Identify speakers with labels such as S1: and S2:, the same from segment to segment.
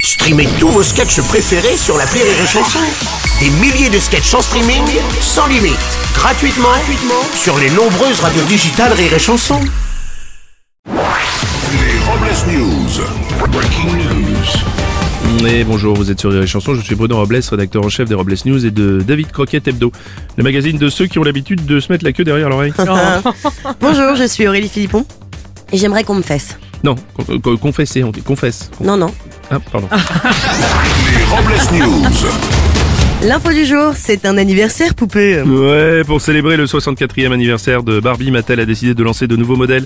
S1: Streamez tous vos sketchs préférés sur la Rire et Chanson. Des milliers de sketchs en streaming, sans limite, gratuitement, gratuitement sur les nombreuses radios digitales Rire et Chanson.
S2: Les Robles News. Breaking news.
S3: Et bonjour, vous êtes sur les chansons, je suis Bruno Robles, rédacteur en chef des Robles News et de David Croquette Hebdo, le magazine de ceux qui ont l'habitude de se mettre la queue derrière l'oreille.
S4: Oh. Bonjour, je suis Aurélie Philippon et j'aimerais qu'on me fesse.
S3: Non, con- con- confessez, on dit confesse.
S4: Non, non.
S3: Ah, pardon.
S2: Les Robles News.
S4: L'info du jour, c'est un anniversaire poupée.
S3: Ouais, pour célébrer le 64e anniversaire de Barbie, Mattel a décidé de lancer de nouveaux modèles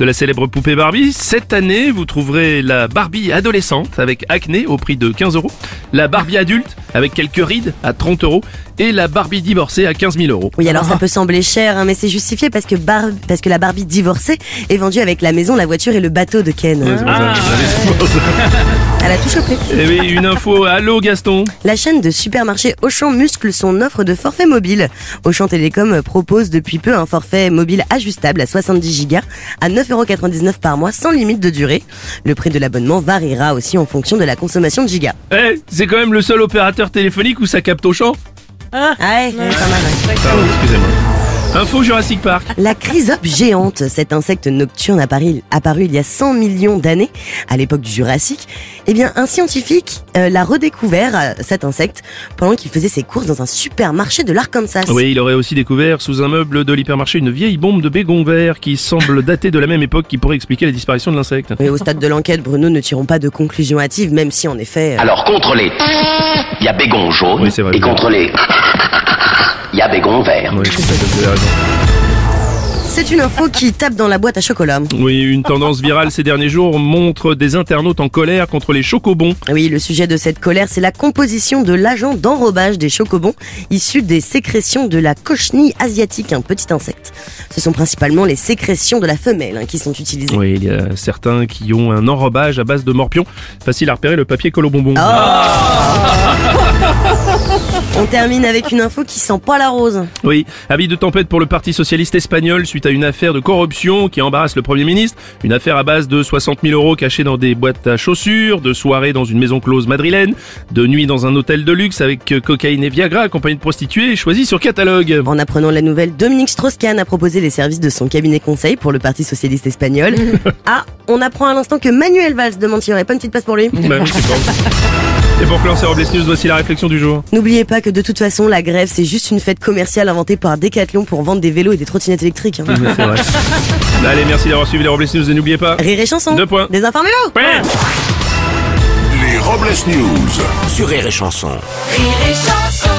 S3: de la célèbre poupée Barbie. Cette année, vous trouverez la Barbie adolescente avec acné au prix de 15 euros, la Barbie adulte avec quelques rides à 30 euros et la Barbie divorcée à 15 000 euros.
S4: Oui, alors ça peut sembler cher, hein, mais c'est justifié parce que, Bar- parce que la Barbie divorcée est vendue avec la maison, la voiture et le bateau de Ken.
S3: Ouais, c'est pour ça, vous avez souvent ça.
S4: Elle a tout chopé.
S3: Eh oui, une info. Allô Gaston
S4: La chaîne de supermarché Auchan muscle son offre de forfait mobile. Auchan Télécom propose depuis peu un forfait mobile ajustable à 70 gigas à 9,99€ par mois sans limite de durée. Le prix de l'abonnement variera aussi en fonction de la consommation de gigas.
S3: Eh, c'est quand même le seul opérateur téléphonique où ça capte au champ.
S4: Ah ouais, ouais, pas mal, ouais.
S3: Pardon, excusez-moi. Ah, Info Jurassic Park.
S4: La chrysope géante, cet insecte nocturne apparu, apparu il y a 100 millions d'années, à l'époque du Jurassique, eh bien un scientifique euh, l'a redécouvert, euh, cet insecte, pendant qu'il faisait ses courses dans un supermarché de l'Arkansas.
S3: Oui, il aurait aussi découvert sous un meuble de l'hypermarché une vieille bombe de bégon vert qui semble dater de la même époque qui pourrait expliquer la disparition de l'insecte.
S4: Mais au stade de l'enquête, Bruno, ne tirons pas de conclusions hâtives, même si en effet... euh,
S5: Alors contre les, il y a bégon jaune
S3: Oui, c'est vrai,
S5: et
S3: je
S5: contre les, il y a bégon vert.
S3: Oui, je sais, vous avez raison.
S4: C'est une info qui tape dans la boîte à chocolat.
S3: Oui, une tendance virale ces derniers jours montre des internautes en colère contre les chocobons.
S4: Oui, le sujet de cette colère, c'est la composition de l'agent d'enrobage des chocobons, issu des sécrétions de la cochenille asiatique, un petit insecte. Ce sont principalement les sécrétions de la femelle hein, qui sont utilisées.
S3: Oui, il y a certains qui ont un enrobage à base de morpion. Facile à repérer le papier colle au bonbon.
S4: On termine avec une info qui sent pas la rose.
S3: Oui, avis de tempête pour le Parti Socialiste Espagnol suite à une affaire de corruption qui embarrasse le Premier ministre. Une affaire à base de 60 000 euros cachés dans des boîtes à chaussures, de soirées dans une maison close madrilène, de nuit dans un hôtel de luxe avec euh, cocaïne et Viagra accompagné de prostituées choisies sur catalogue.
S4: En apprenant la nouvelle, Dominique Strauss-Kahn a proposé les services de son cabinet conseil pour le Parti Socialiste Espagnol. ah, on apprend à l'instant que Manuel Valls demande s'il n'y aurait pas une petite place pour lui.
S3: Bah, je sais pas. Et pour clore ces Robles News, voici la réflexion du jour.
S4: N'oubliez pas que de toute façon, la grève, c'est juste une fête commerciale inventée par Decathlon pour vendre des vélos et des trottinettes électriques. hein.
S3: Allez, merci d'avoir suivi les Robles News et n'oubliez pas...
S4: Rire et chanson.
S3: Deux points.
S4: Désinformez-vous.
S3: Ouais.
S2: Les Robles News.
S1: Sur Rire et Chanson.
S6: Rire et chanson.